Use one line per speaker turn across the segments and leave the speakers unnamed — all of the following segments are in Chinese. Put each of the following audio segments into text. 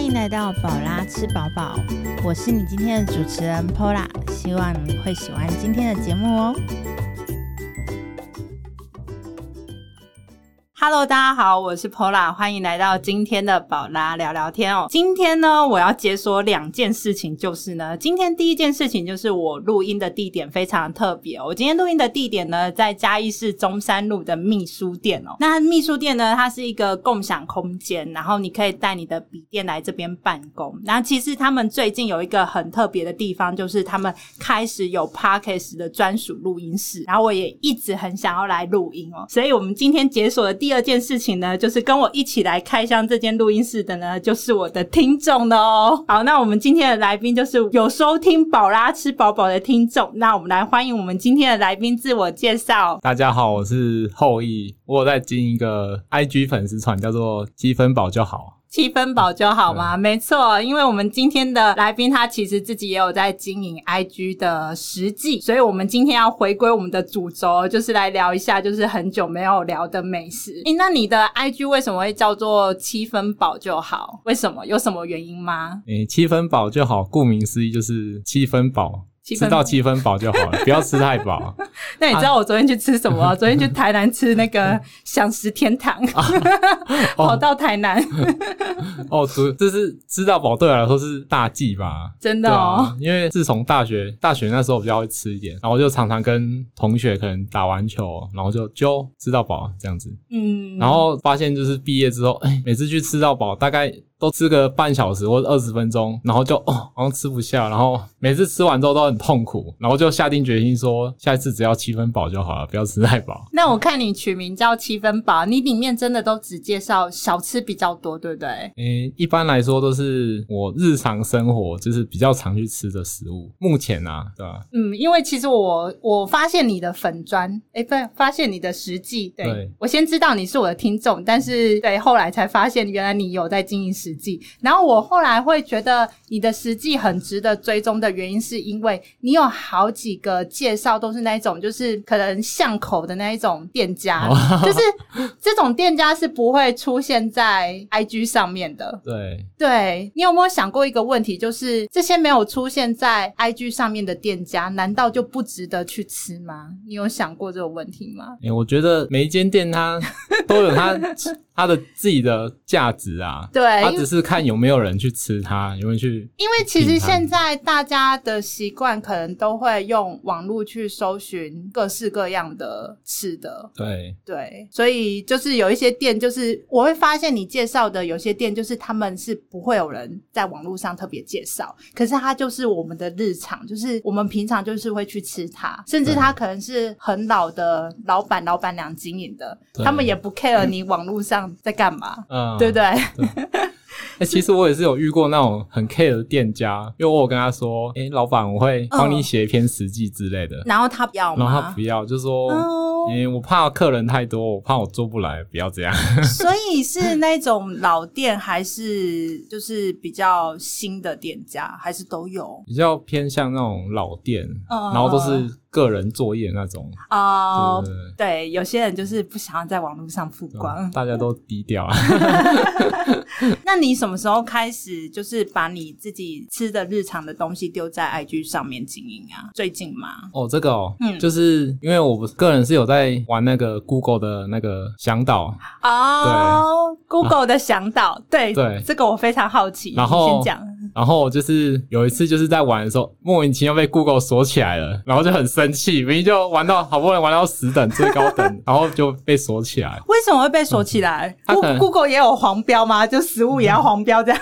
迎来到宝拉吃饱饱，我是你今天的主持人 Pola，希望你会喜欢今天的节目哦。
Hello，大家好，我是 Pola，欢迎来到今天的宝拉聊聊天哦。今天呢，我要解锁两件事情，就是呢，今天第一件事情就是我录音的地点非常特别、哦，我今天录音的地点呢，在嘉义市中山路的秘书店哦。那秘书店呢，它是一个共享空间，然后你可以带你的笔电来这边办公。那其实他们最近有一个很特别的地方，就是他们开始有 Parkes 的专属录音室，然后我也一直很想要来录音哦。所以我们今天解锁的第二件事情呢，就是跟我一起来开箱这间录音室的呢，就是我的听众了哦。好，那我们今天的来宾就是有收听宝拉吃饱饱的听众，那我们来欢迎我们今天的来宾自我介绍。
大家好，我是后羿，我有在经营一个 IG 粉丝团，叫做积分宝就好。
七分饱就好吗？
啊
没错，因为我们今天的来宾他其实自己也有在经营 IG 的实际，所以我们今天要回归我们的主轴，就是来聊一下就是很久没有聊的美食。诶，那你的 IG 为什么会叫做七分饱就好？为什么？有什么原因吗？
诶、七分饱就好，顾名思义就是七分饱，
七分
吃到七分饱就好 了，不要吃太饱。
那
啊
你知道我昨天去吃什么 吗？昨天去台南吃那
嗯
个享食天堂，跑到台 南，
哦，主这是吃到饱对我来说是大忌吧。
真
对
的哦
啊，，因为自从大学大学那时候比较会吃一点，然后我就常常跟同学可能打完球，然后就就吃到饱这样子，
嗯，
然后发现就是毕业之后，哎，每次去吃到饱，大概都吃个半小时或者二十分钟，然后就哦，好像吃不下，然后每次吃完之后都很痛苦，然后就下定决心说，下一次只要七分饱就好了，不要吃太饱。
那我看你取名叫七分饱，你里面真的都只介绍小吃比较多，对不对？
诶，一般来说都是我日常生活就是比较常去吃的食物。目前啊，对吧？
嗯，因为其实我我发现你的粉砖，哎，不，发现你的实际，对
对
我先知道你是我的听众，但是对后来才发现原来你有在经营实际。然后我后来会觉得你的实际很值得追踪的原因，是因为你有好几个介绍都是那一种，就是可能巷口的那一种店家，就是这种店家是不会出现在 IG 上面的。
对，
对你有没有想过一个问题，就是这些没有出现在 IG 上面的店家，难道就不值得去吃吗？你有想过这个问题吗？
诶，我觉得每一间店它都有它它的自己的价值啊。
对，
它
因
只是看有没有人去吃它，有没有去
因为其实
品牌
现在大家的习惯可能都会用网络去搜寻各式各样的吃的，
对
对，所以就是有一些店，就是我会发现你介绍的有些店，就是他们是不会有人在网络上特别介绍，可是它就是我们的日常，就是我们平常就是会去吃它，甚至它可能是很老的老板、老板娘经营的，
对
他们也不 care 你网络上在干嘛，
嗯，
对不对？
哎、其实我也是有遇过那种很 care 的店家，因为我有跟他说，哎、老板，我会帮
嗯
你写一篇实际之类的，
然后他不要
然后他
吗
不？要，就说，
哦
哎、我怕客人太多，我怕我做不来，不要这样。
所以是那种老店，还是就是比较新的店家，还是都有
比较偏向那种老店，
嗯
然后都是个人作业那种，
哦
对对对
对，有些人就是不想要在网络上曝
对嗯
光。
大家都低调啊。
那你什么时候开始就是把你自己吃的日常的东西丢在 IG 上面经营啊？最近吗？
哦，这个哦，
嗯
就是因为我个人是有在玩那个 Google 的那个向导，
哦、g o o g l e 的向导， 对
对
这个我非常好奇。
然后
你先讲，
然后就是有一次就是在玩的时候，莫名其妙被 Google 锁起来了，然后就很生气，明明就玩到好不容易玩到十等最高等，然后就被锁起来。
为什么会被锁起来、
嗯他
g
可
o
能
o g l e 也有黄标吗？就食物也要黄标这样？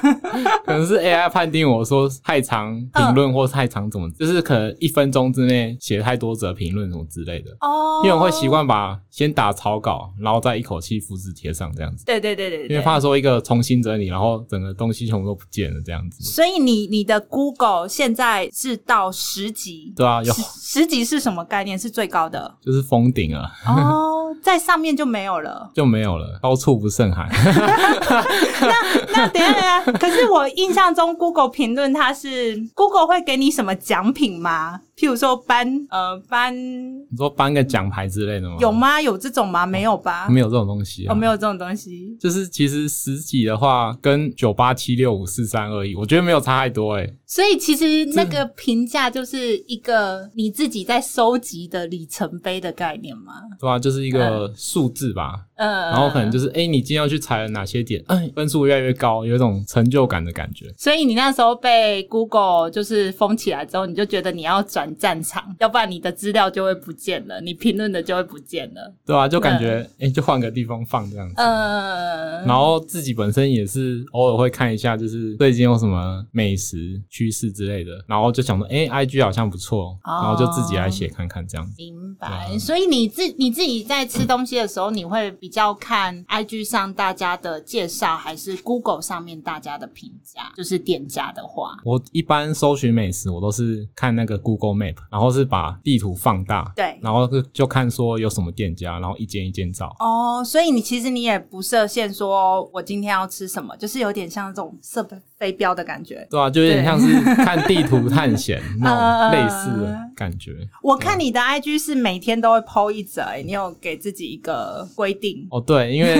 可能是 AI 判定我说太长评论或太长怎么，就是可能一分钟之内写太多则评论什么之类的。
哦
因为我会习。惯把先打草稿，然后再一口气复制贴上这样子，
对对对对对，
因为怕说一个重新整理，然后整个东西全部都不见了这样子。
所以你你的 Google 现在是到十级，
对啊，有
十十级是什么概念？是最高的
就是封顶了，
哦，在上面就没有 了。
就没有了，高处不胜寒。
那等一下等一下，可是我印象中 Google 评论它是 Google 会给你什么奖品吗？譬如说颁呃颁
你说颁个奖牌之类的吗？
有？吗？有这种吗？没有吧？
哦没有这种东西啊，
哦，没有这种东西。
就是其实十几的话，跟九八七六五四三二一，我觉得没有差太多哎、
所以其实那个
嗯
评价就是一个你自己在收集的里程碑的概念嘛。
对吧、就是一个
嗯
数字吧，
呃，
然后可能就是哎、诶你今天要去踩了哪些点，哎、分数越来越高，有一种成就感的感觉。
所以你那时候被 Google 就是封起来之后，你就觉得你要转战场，要不然你的资料就会不见了，你评论的就会不见了。
对吧、就感觉
嗯
哎、诶就换个地方放这样子。
呃，
然后自己本身也是偶尔会看一下，就是最近有什么美食趋势之类的，然后就想说，哎、i g 好像不错，
哦
然后就自己来写看看这样子。
明
啊
白。所以你自你自己在吃东西的时候，你会比较看 IG 上大家的介绍，还是 Google 上面大家的评价？就是店家的话，
我一般搜寻美食，我都是看那个 Google Map，然后是把地图放大，
对
然后就就看说有什么店家，然后一间一间找。
哦，所以你其实你也不设限，说哦我今天要吃什么，就是有点像这种设备飞镖的感觉。
对啊，就有点像是看地图 探险那种类似
呃
的感觉。
我看你的
啊
IG 是每天都会 PO 一则、欸，你有给自己一个规定？
哦，对，因 为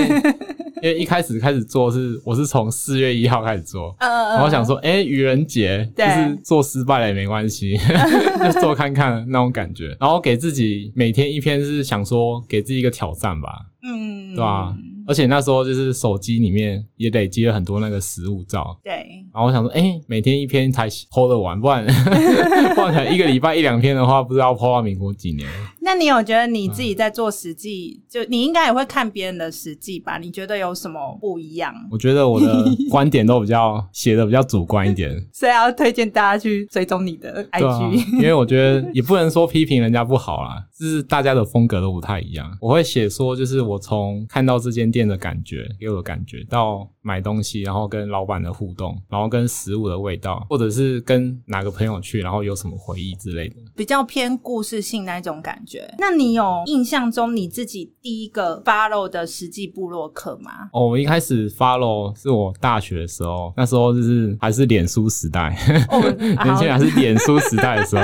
因为一开始开始做是我是从四月一号开始做，
呃
然后想说，哎、愚人节就
对
是做失败了也没关系， 就做看看那种感觉。然后给自己每天一篇，是想说给自己一个挑战吧，
嗯，
对吧、啊而且那时候就是手机里面也累积了很多那个食物照，
对，
然后我想说，哎、每天一篇才剖得完，不然不然可能一个礼拜一两篇的话，不知道剖到民国几年。
那你有觉得你自己
嗯
在做实际，就你应该也会看别人的实际吧？你觉得有什么不一样？
我觉得我的观点都比较写的比较主观一点。
所以要推荐大家去追踪你的
对啊
IG。，
因为我觉得也不能说批评人家不好啦， 就是大家的风格都不太一样。我会写说，就是我从看到这间店的感觉，给我的感觉，到买东西，然后跟老板的互动，然后跟食物的味道，或者是跟哪个朋友去，然后有什么回忆之类的。
比较偏故事性那一种感觉。那你有印象中你自己第一个 follow 的实际部落客 吗？
哦，我一开始 follow 是我大学的时候，那时候就是还是脸书时代，
哦，
年轻人还
好
是脸书时代的时候，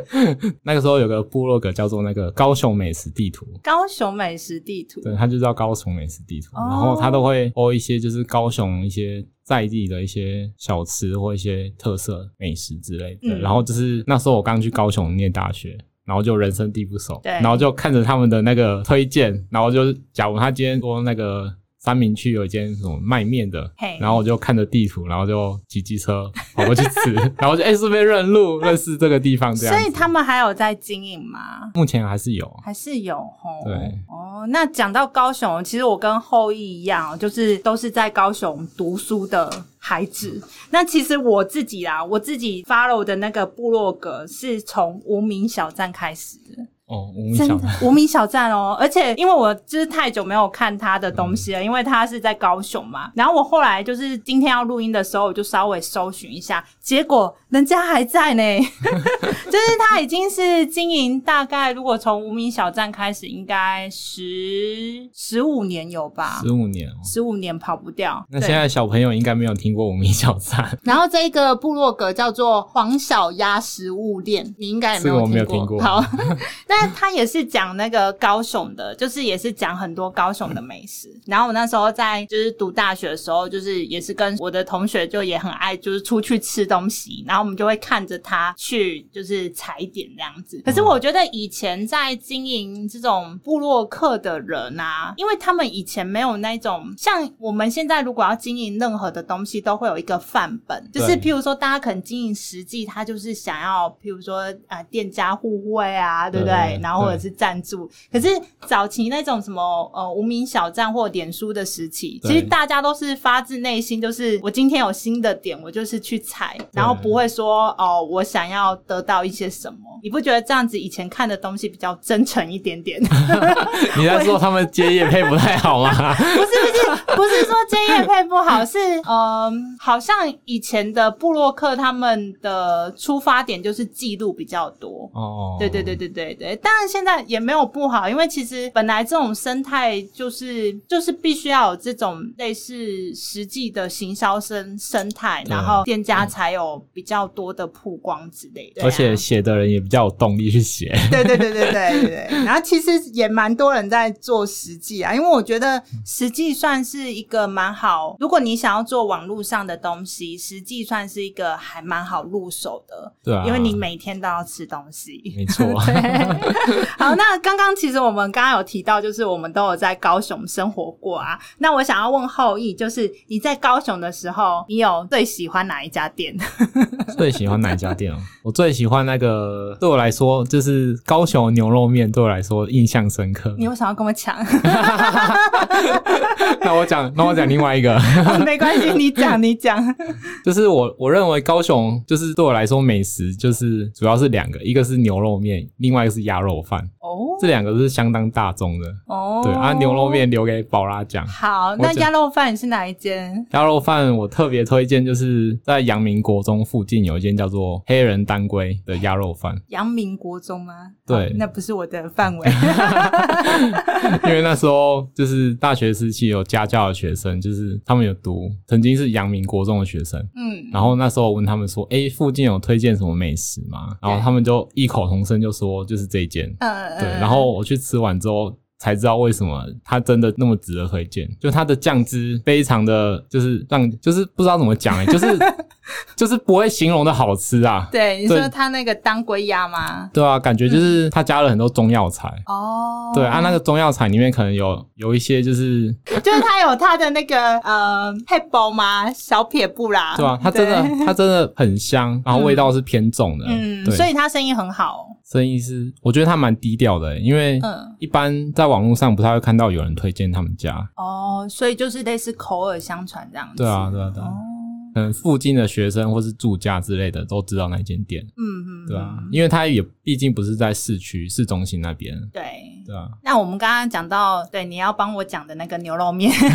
那个时候有个部落格叫做那个高雄美食地图，
高雄美食地图。
对，它就叫高雄美食地图，
哦
然后它都会播一些就是高雄一些在地的一些小吃或一些特色美食之类的。
嗯
然后就是那时候我刚去高雄念大学。然后就人生地不熟，
对
然后就看着他们的那个推荐，然后就是假如他今天说那个三明区有一间什么卖面的
嘿，
然后我就看着地图，然后就骑机车跑过去吃， 然后就哎顺便认路，认识这个地方这样
所
子。
以他们还有在经营吗？
目前还是有，啊
还是有吼？
哦对
哦，那讲到高雄，其实我跟后羿一样，就是都是在高雄读书的孩子。那其实我自己啦，我自己 follow 的那个部落格是从无名小站开始的。
哦，我们
真
想
的无名小站哦，而且因为我就是太久没有看他的东西
嗯
了，因为他是在高雄嘛。然后我后来就是今天要录音的时候，我就稍微搜寻一下，结果人家还在 呢，就是他已经是经营大概如果从无名小站开始，应该十十五年有吧
十，五年哦，
十五年跑不掉。
那
对
现在小朋友应该没有听过无名小站，
然后这个部落格叫做黄小鸭食物链，你应该也没
这个
有
我没有
过。
听过
好，但他也是讲那个高雄的，就是也是讲很多高雄的美食。然后我那时候在就是读大学的时候，就是也是跟我的同学就也很爱就是出去吃东西，然后我们就会看着他去就是踩点这样子。可是我觉得以前在经营这种部落客的人啊，因为他们以前没有那种像我们现在如果要经营任何的东西，都会有一个范本，就是
对
譬如说大家可能经营实际，他就是想要譬如说啊、呃店家互惠啊，对不对？
对
然后或者
对
是赞助。可是早期那种什么呃无名小站或脸书的时期，
对
其实大家都是发自内心，就是我今天有新的点，我就是去踩，然后不会说哦我想要得到一些什么。你不觉得这样子以前看的东西比较真诚一点 点？
你在说他们接业配不太好吗？
不是不是不是说接叶配不好，是嗯、好像以前的布洛克他们的出发点就是记录比较多。
哦，
对对对对对对，对，当然现在也没有不好，因为其实本来这种生态就是就是必须要有这种类似实际的行销生生态，
对
然后店家才有比较多的曝光之类的。对啊
而且写的人也比较有动力去写。
对对对对对对。然后其实也蛮多人在做实际啊，因为我觉得实际算是一个蛮好，如果你想要做网络上的东西，实际算是一个还蛮好入手的，
对啊，
因为你每天都要吃东西。
没错，
好，那刚刚其实我们刚刚有提到，就是我们都有在高雄生活过啊。那我想要问后羿，就是你在高雄的时候，你有最喜欢哪一家店？
最喜欢哪一家店哦？我最喜欢那个，对我来说就是高雄牛肉面，对我来说印象深刻。
你为什么要跟我抢？
那我讲，那我讲另外一个，
没关系，你讲，你讲。
就是我我认为高雄就是对我来说美食就是主要是两个，一个是牛肉面，另外一个是鸭肉饭，
哦
这两个是相当大众的。
哦，
对啊，牛肉。面留给宝拉讲。
好，
我
那
只
鸭肉饭是哪一间？
鸭肉饭我特别推荐，就是在阳明国中附近有一间叫做黑人当归的鸭肉饭，
阳明国中吗？
对
哦那不是我的范 围。
因为那时候就是大学时期有家教的学生，就是他们有读曾经是阳明国中的学生，
嗯，
然后那时候我问他们说，哎，附近有推荐什么美食吗？然后他们就异口同声就说就是这一间，
呃，
对，然后我去吃完之后。才知道为什么它真的那么值得推荐，就它的酱汁非常的就是让就是不知道怎么讲、欸，就是就是不会形容的好吃啊。
对你说
对
他那个当归鸭吗？
对啊，感觉就是它加了很多中药材。
哦，
对啊，那个中药材里面可能有有一些就是，
就是他有他的那个呃配包吗？小撇步啦，
对啊，它真
嗯对
的它真的很香，然后味道是偏重的，
嗯，
对，
所以他生意很好，
生意是我觉得它蛮低调的、欸因为
嗯，
一般在网络上不太会看到有人推荐他们家，
哦，所以就是类似口耳相传这样子，
对啊，对啊，对啊，
哦，
可能附近的学生或是住家之类的都知道那间店，
嗯嗯，
对啊，
嗯
因为它也毕竟不是在市区市中心那边，
对。
对啊，
那我们刚刚讲到，对你要帮我讲的那个牛肉面，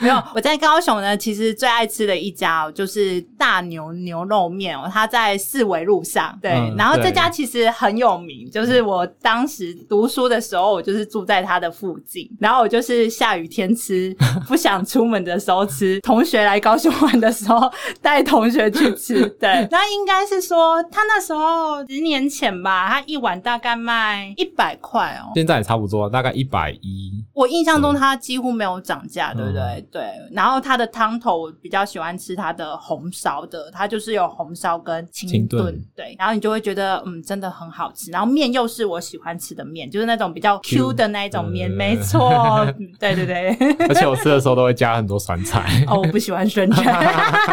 没有，我在高雄呢，其实最爱吃的一家哦，就是大牛牛肉面哦，它在四维路上。对，
嗯
然后这
对
家其实很有名，就是我当时读书的时候，我就是住在它的附近，然后我就是下雨天吃，不想出门的时候吃，同学来高雄玩的时候带同学去吃。 对，那应该是说他那时候十年前吧，他一碗大概卖一百块哦，
现在也差不多，大概一百一，
我印象中它几乎没有涨价，对不对？
嗯
对。然后它的汤头我比较喜欢吃它的红烧的，它就是有红烧跟清
清
炖，
炖
对。然后你就会觉得嗯，真的很好吃。然后面又是我喜欢吃的面，就是那种比较
Q
Q 的那一种面，
嗯
没错，嗯对对对。
而且我吃的时候都会加很多酸菜。
哦，我不喜欢生菜，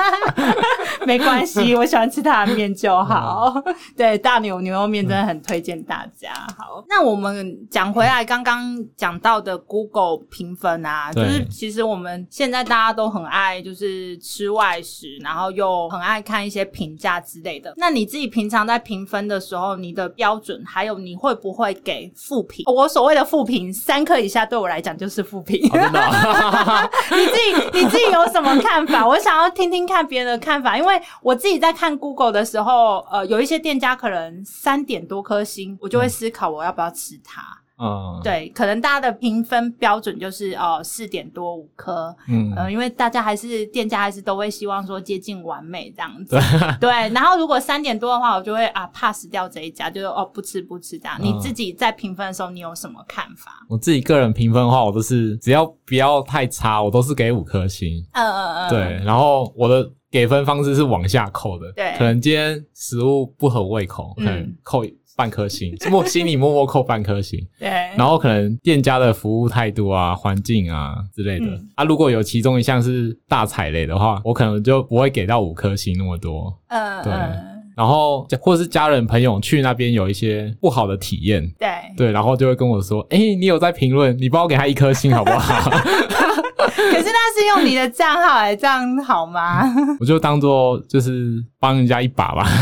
没关系，我喜欢吃它的面就好。对，大牛牛肉面真的很推荐大家。好，那我们讲回来刚刚讲到的 Google 评分啊，就
对
是其实我们现在大家都很爱就是吃外食，然后又很爱看一些评价之类的。那你自己平常在评分的时候，你的标准还有你会不会给负评？我所谓的负评，三颗以下对我来讲就是负评。
哦真的哦
你自己你自己有什么看法？我想要听听看别人的看法，因为我自己在看 Google 的时候，呃，有一些店家可能三点多颗星，我就会思考我要不要吃它。
嗯，，
对，可能大家的评分标准就是哦四点多五颗，
嗯，
呃，因为大家还是店家还是都会希望说接近完美这样子，对。然后如果三点多的话，我就会啊 pass 掉这一家，就是哦不吃不吃这样。你
嗯
自己在评分的时候，你有什么看法？
我自己个人评分的话，我都是只要不要太差，我都是给五颗星。
嗯嗯嗯，
对，然后我的给分方式是往下扣的。
对
可能今天食物不合胃口，
嗯
可能扣半颗星，默心里默默扣半颗星。
对，
然后可能店家的服务态度啊、环境啊之类的
嗯
啊，如果有其中一项是大踩雷的话，我可能就不会给到五颗星那么多。
嗯
对
嗯
然后或者是家人朋友去那边有一些不好的体验，
对。
对，然后就会跟我说：“哎、你有在评论，你帮我给他一颗星好不好
可是那是用你的账号来这样好吗？？”嗯
我就当做就是帮人家一把吧。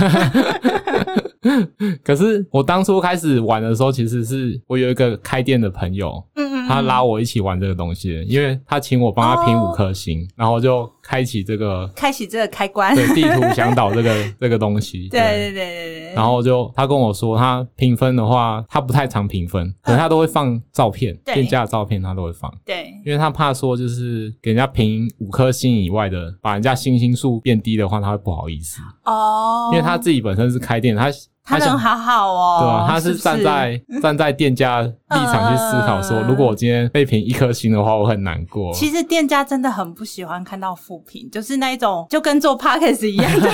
可是我当初开始玩的时候，其实是我有一个开店的朋友，
嗯嗯嗯嗯
他拉我一起玩这个东西的，因为他请我帮他评五颗星，然后就开启这个
开启这个开关。
对地图向导这个这个东西。
对 对对对对。
然后就他跟我说，他评分的话，他不太常评分，可能他都会放照片，
对
店家的照片他都会放，
对
因为他怕说就是给人家评五颗星以外的，把人家星星数变低的话，他会不好意思，
哦，
因为他自己本身是开店，他
他
想
人好好哦，
对啊，他
是
是
不
站在站在店家立场去思考说，
嗯
如果我今天被评一颗星的话，我很难过。
其实店家真的很不喜欢看到负评，就是那一种就跟做 podcast 一样 的。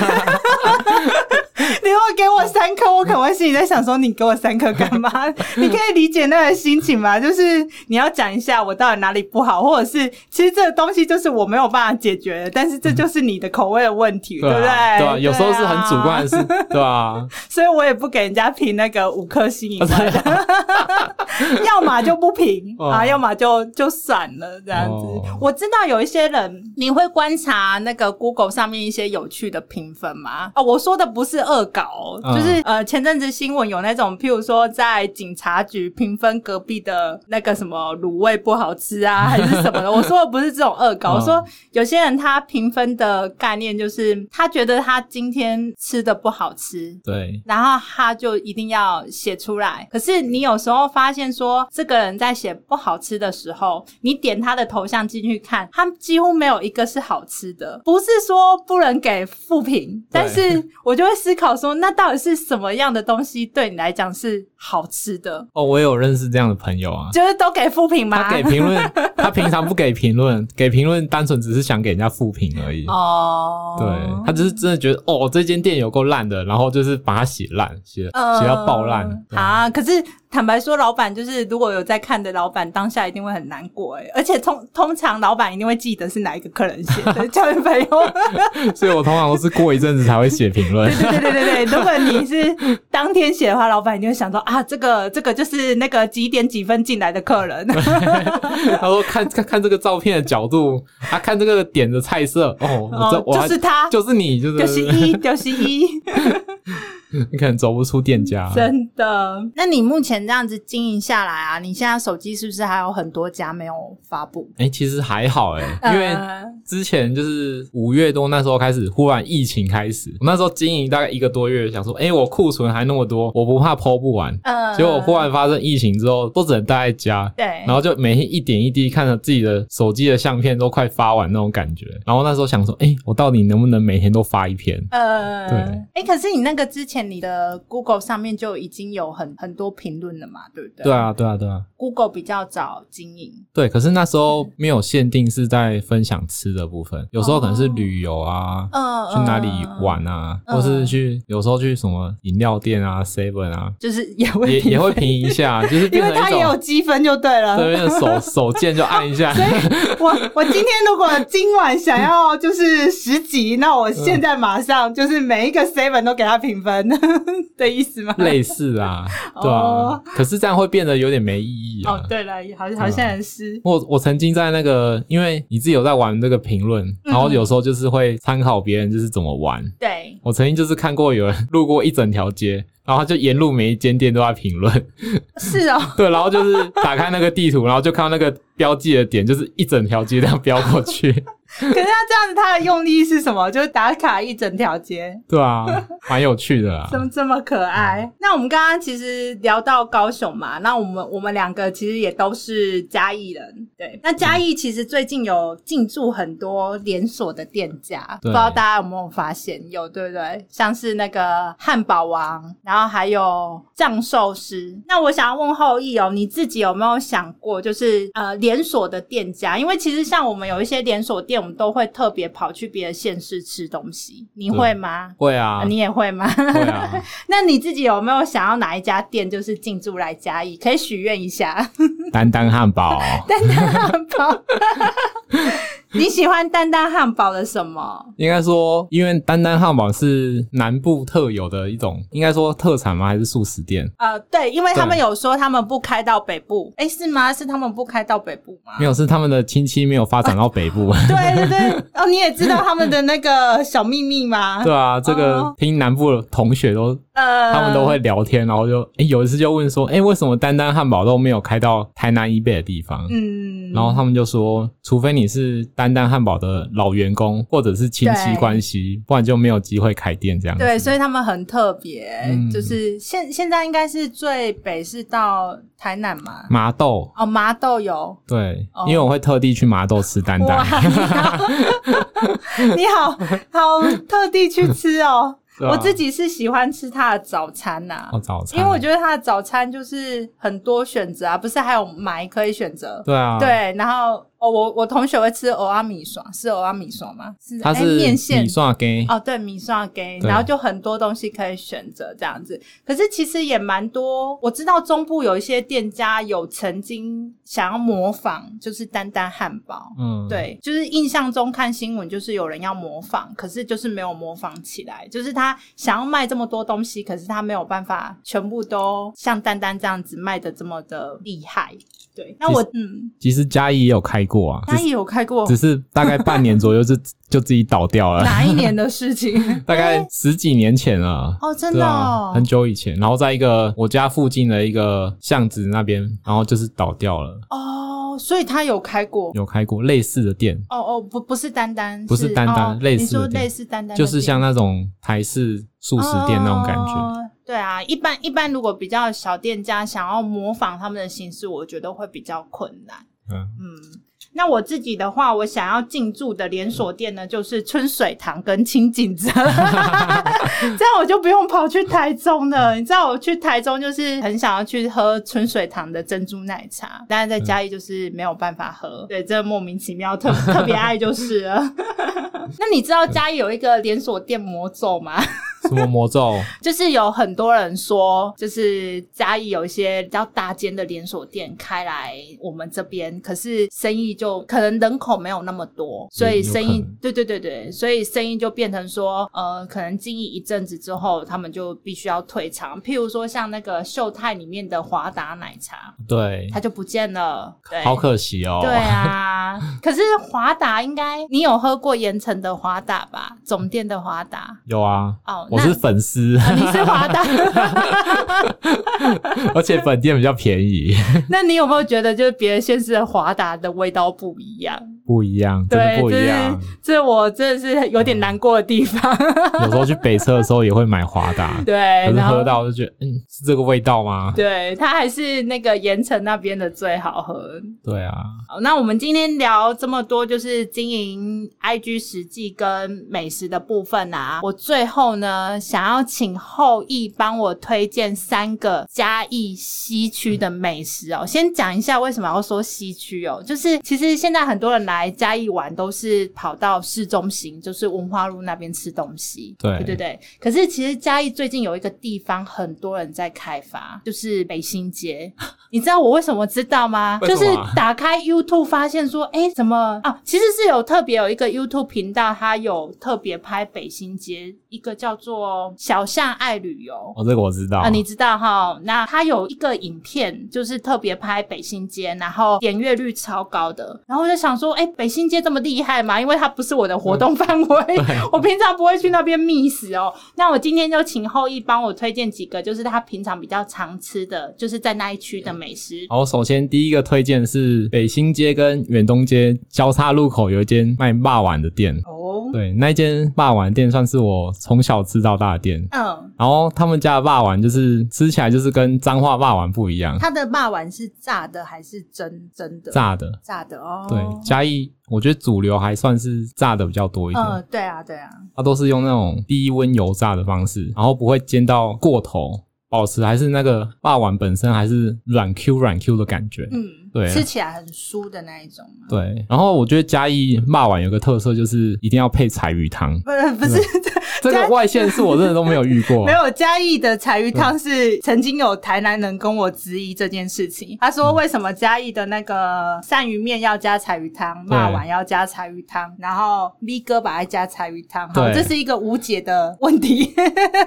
你如果给我三颗，我可能会心里在想说，你给我三颗干 嘛？你可以理解那个心情吗？就是你要讲一下我到底哪里不好，或者是其实这个东西就是我没有办法解决的，但是这就是你的口味的问题，
对
不
啊，
对？
对啊，有时候是很主观的事，对啊，
所以我也不给人家评那个五颗星以外 的， 要么就不评、
哦
啊，要么就就算了这样子。
哦
我知道有一些人，你会观察那个 Google 上面一些有趣的评分吗？哦，我说的不是恶搞哦，
嗯
就是呃前阵子新闻有那种，譬如说在警察局评分隔壁的那个什么卤味不好吃 啊，还是什么的。我说的不是这种恶搞，
嗯
我说有些人他评分的概念就是他觉得他今天吃的不好吃，
对，
然后他就一定要写出来。可是你有时候发现说，这个人在写不好吃的时候，你点他的头像进去看，他几乎没有一个是好吃的。不是说不能给负评，但是我就会思考说，那到底是什么样的东西对你来讲是好吃的？
哦，我有认识这样的朋友啊，
就是都给负评吗
他？给 评论，他平常不给评论，给评论单纯只是想给人家复评而已。
哦，
对他就是真的觉得哦，这间店有够烂的，然后就是把它写烂，写写
呃
到爆烂。 对
啊！可是坦白说，老板就是如果有在看的老板，当下一定会很难过哎。而且通通常老板一定会记得是哪一个客人写 的，交女朋友。
所以我通常都是过一阵子才会写评论
对。对对对对对，如果你是当天写的话，老板一定会想说啊，这个这个就是那个几点几分进来的客人。
他说看看看这个照片的角度，他、看这个点的菜色，哦， 我这
哦
我还
就是他，
就是你，就是
就是一，就是一，
你可能走不出店家。
真的。那你目前这样子经营下来啊，你现在手机是不是还有很多家没有发布？
哎、其实还好哎、因为
呃
之前就是五月多那时候开始，忽然疫情开始，我那时候经营大概一个多月，想说，哎、我库存还那么多，我不怕抛不完。
呃
结果忽然发生疫情之后，都只能待在家，
对，
然后就每天一点一滴看着自己的手机的相片都快发完那种感觉。然后那时候想说，哎、我到底能不能每天都发一篇？
呃，
对
哎、可是你那个之前你的 Google 上面就已经有很很多评论了嘛，对不对？
对啊，对啊，对啊。
，Google 比较早经营，
对，可是那时候没有限定是在分享吃的部分，有时候可能是旅游啊，
嗯、
去哪里玩啊，
嗯
或是去有时候去什么饮料店啊、Seven 啊，
就是也会
也
评
也会评一下，就是
因
变
为
成
它
一
也有
种
积分就对了。
对，变成手手贱就按一下。
我我今天如果今晚想要就是十级，那我
嗯
现在马上就是每一个 seven 都给他评分 的意思吗？
类似啊，对啊
哦，
可是这样会变得有点没意义啊
哦，。对了，好好像也是，
我我曾经在那个，因为你自己有在玩这个评
嗯
论，然后有时候就是会参考别人就是怎么玩。
对，
我曾经就是看过有人 路过一整条街，然后他就沿路每一间店都在评论，
是哦，
对，然后就是打开那个地图，然后就看到那个标记的点，就是一整条街这样标过去，
可是他这样子，他的用意是什么？就是打卡一整条街。
对啊，蛮有趣的啊
怎。么这么可爱？那我们刚刚其实聊到高雄嘛，那我们我们两个其实也都是嘉义人，对。那嘉义其实最近有进驻很多连锁的店家，不
对
知道大家有没有发现？有对不对？像是那个汉堡王，然后还有藏寿司。那我想要问后羿哦，你自己有没有想过，就是呃连锁的店家？因为其实像我们有一些连锁店，我们都会特别跑去别的县市吃东西，你
对
会吗？
会啊
啊、，你也会吗？
会 啊，
那你自己有没有想要哪一家店就是进驻来嘉义？可以许愿一下，
丹丹汉堡，
丹丹汉堡。 你喜欢丹丹汉堡的什么？
应该说，因为丹丹汉堡是南部特有的一种，应该说特产吗？还是素食店？
呃，对，因为他们
对
有说他们不开到北部，哎，是吗？是他们不开到北部吗
没？有，是他们的亲戚没有发展到北部。
对对对，哦，你也知道他们的那个小秘密吗？
对啊，这个
哦
听南部的同学都
呃，
他们都会聊天，然后就哎、诶有一次就问说，哎、为什么丹丹汉堡都没有开到台南以北的地方？
嗯，
然后他们就说，除非你是丹丹汉堡的老员工或者是亲戚
对
关系，不然就没有机会开店这样子。
对，所以他们很特别，
嗯
就是现现在应该是最北是到台南嘛，
麻豆，
哦，麻豆油，
对，
哦
因为我会特地去麻豆吃丹
哇，
丹，
你好，好特地去吃哦。
对啊
我自己是喜欢吃他的早餐呐、
哦早餐，
因为我觉得他的早餐就是很多选择啊，不是还有买可以选择。
对啊，，
对，然后哦，我我同学会吃欧阿米爽，是欧阿米爽吗？是
它
哎
是
面线
米蒜羹，
哦，对，米蒜给，
对啊
然后就很多东西可以选择这样子。可是其实也蛮多，我知道中部有一些店家有曾经想要模仿，就是丹丹汉堡。
嗯，，
对，就是印象中看新闻，就是有人要模仿，可是就是没有模仿起来。就是他想要卖这么多东西，可是他没有办法全部都像丹丹这样子卖的这么的厉害。对，那我嗯，
其实嘉义也有开过啊，
他也有开过
只是只是大概半年左右就就自己倒掉了，
哪一年的事 情？
大概十几年前了。
哦，哎真
对
的、
啊
哦，
很久以前，然后在一个我家附近的一个巷子那边，然后就是倒掉了，
哦，所以他有开过。
有开过类似的店，
哦哦，不不是单单，
不是丹丹
哦
类似的
你说
店
类似单单的店，
就是像那种台式素食店那种感觉。
哦对啊，一般一般如果比较小店家想要模仿他们的形式，我觉得会比较困难。
嗯，
嗯，那我自己的话，我想要进驻的连锁店呢，就是春水堂跟清景泽， 这样我就不用跑去台中了。你知道我去台中就是很想要去喝春水堂的珍珠奶茶，但是在家
嗯
里就是没有办法喝。对，这莫名其妙特特别爱就是了。 那你知道嘉义有一个连锁店魔咒吗？
什么魔咒？
就是有很多人说，就是嘉义有一些比较大间的连锁店开来我们这边，可是生意就可能人口没有那么多，所以生
嗯有
意
可能
对对对对，所以生意就变成说，呃，可能经营一阵子之后，他们就必须要退场。譬如说像那个秀泰里面的华达奶茶，
对，
它就不见了，对，
嗯好可惜哦。
对啊，可是华达应该你有喝过盐城的华达吧？总店的华达。
有啊，
哦，
我
那
是粉丝，
啊你是华达，
而且本店比较便宜，
那你有没有觉得，就是别的县市的华达的味道不一样？
不一样，真
对
的，不
这
一样。
是这我真的是有点难过的地方。
有时候去北车的时候也会买华达，
对，
可是
然
喝
后
到就觉得，嗯，是这个味道吗？
对它还是那个盐城那边的最好喝。
对啊，
好，那我们今天聊这么多，就是经营 IG 实际跟美食的部分啊。我最后呢，想要请后羿帮我推荐三个嘉义西区的美食哦。先讲一下为什么要说西区哦，就是其实现在很多人来嘉义玩都是跑到市中心，就是文化路那边吃东西。
对
对对对。可是其实嘉义最近有一个地方很多人在开发，就是北新 街。你知道我为什么知道吗？
为
就
什
是
么啊
打开 YouTube 发现说，哎、怎么啊？其实是有特别有一个 YouTube 频道，它有特别拍北新街，一个叫做“小巷爱旅游”。
哦，这个我知道
啊，你知道哈？那它有一个影片，就是特别拍北新街，然后点阅率超高的。然后我就想说，哎、北新街这么厉害吗？因为它不是我的活动范围，我平常不会去那边觅食哦。那我今天就请后羿帮我推荐几个，就是他平常比较常吃的，就是在那一区的美食。
好，首先第一个推荐是北新街跟远东街交叉路口有一间卖霸碗的店，
哦，
对，那间霸碗店算是我从小吃到大的店。
嗯，
然后他们家的霸碗就是吃起来就是跟彰化霸碗不一 样，
它的霸丸是炸的还是蒸蒸的？
炸的。
炸的哦。
对，嘉义我觉得主流还算是炸的比较多一点，
嗯，对啊，对啊，
它都是用那种低温油炸的方式，然后不会煎到过头，保持还是那个霸碗本身还是软 Q 软 Q 的感觉。
嗯，
对啊
吃起来很酥的那一种吗？
对，然后我觉得嘉义骂碗有个特色就是一定要配柴鱼汤，
不是不是，
啊这个外县市我真的都没有遇 过
没。有嘉义的柴鱼汤是曾经有台南人跟我质疑这件事情，他
嗯
说为什么嘉义的那个鳝鱼面要加柴鱼汤，
对
骂碗要加柴鱼汤，然后 V 哥把它加柴鱼汤，好，
对
这是一个无解的问题，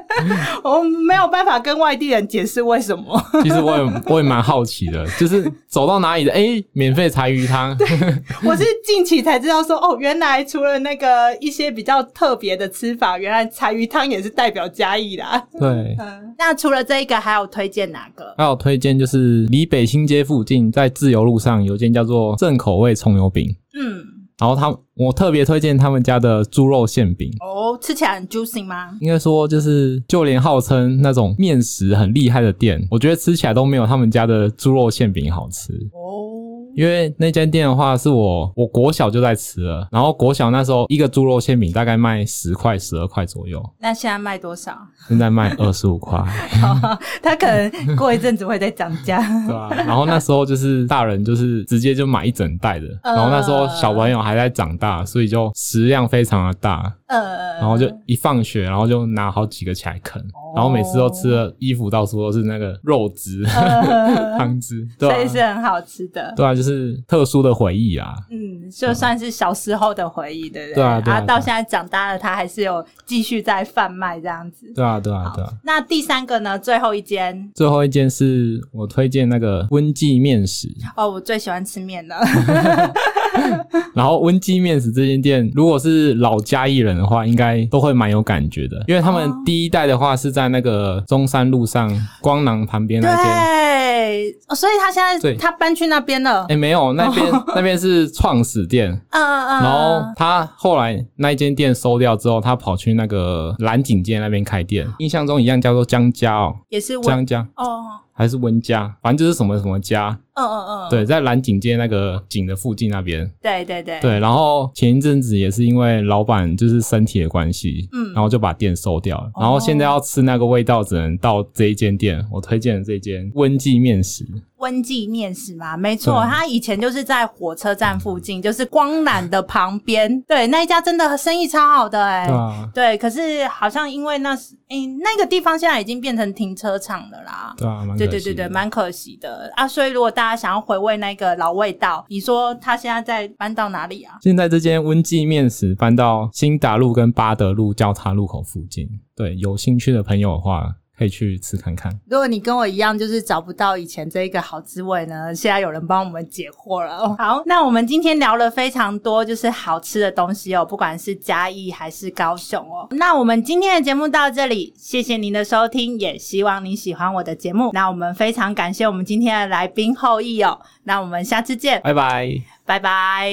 我没有办法跟外地人解释为什么。
其实我也我也蛮好奇的，就是走到哪蚂蚁的，哎、免费柴鱼汤，
我是近期才知道说，哦，原来除了那个一些比较特别的吃法，原来柴鱼汤也是代表嘉义啦。
对。
嗯， 那除了这一个，还有推荐哪个？
还有推荐就是离北新街附近，在自由路上有间叫做正口味葱油饼，
嗯，
然后他我特别推荐他们家的猪肉馅饼，
哦，吃起来很 juicy 吗？
应该说就是就连号称那种面食很厉害的店，我觉得吃起来都没有他们家的猪肉馅饼好吃。
哦，
因为那间店的话，是我我国小就在吃了，然后国小那时候一个猪肉馅饼大概卖十块十二块左右，
那现在卖多少？
现在卖二十五块，
他可能过一阵子会再涨价。
对吧、然后那时候就是大人就是直接就买一整袋的，
呃
然后那时候小朋友还在长大，所以就食量非常的大，
呃，
然后就一放学，然后就拿好几个起来啃，然后每次都吃的衣服到处都是那个肉汁、
呃
汤汁，对吧、
所以是很好吃的。
对啊，就是特殊的回忆啊。
嗯，就算是小时候的回忆，对不对？
对啊对啊
到
对啊
现在长大了，他还是有继续在贩卖这样子。
对啊，对啊，对啊。
那第三个呢？最后一间
最后一件是我推荐那个温记面食，
哦，我最喜欢吃面了。
然后温记面食这间店，如果是老嘉义人的话，应该都会蛮有感觉的，因为他们
哦
第一代的话是在那个中山路上光廊旁边那间。
对，哦所以他现在
对
他搬去那边了。
哎，没有，那边那边是创始店，
嗯嗯嗯。
然后他后来那一间店收掉之后，他跑去那个蓝景街那边开店，印象中一样叫做江家哦，
也是温
江家
哦，
还是温家，反正就是什么什么家，
嗯嗯嗯，
对，在蓝景街那个景的附近那边。
对对对，
对，然后前一阵子也是因为老板就是身体的关系，
嗯哦
然后就把店收掉了。然后现在要吃那个味道，只能到这一间店，我推荐的这间温记面食。
温记面食嘛，没错，
对
他以前就是在火车站附近，就是光缆的旁边，对，那一家真的生意超好的哎、
对啊，
对，可是好像因为那是，诶、那个地方现在已经变成停车场了啦。
对啊，蛮
对
可
对
惜
对对，
的
蛮可惜的啊！所以如果大家想要回味那个老味道，你说他现在在搬到哪里啊？
现在这间温记面食搬到新达路跟巴德路交叉路口附近，对，有兴趣的朋友的话可以去吃看看。
如果你跟我一样，就是找不到以前这一个好滋味呢，现在有人帮我们解惑了。 好，那我们今天聊了非常多，就是好吃的东西哦，不管是嘉义还是高雄哦。那我们今天的节目到这里，谢谢您的收听，也希望您喜欢我的节目。那我们非常感谢我们今天的来宾后羿哦，那我们下次见，
拜拜。
拜拜。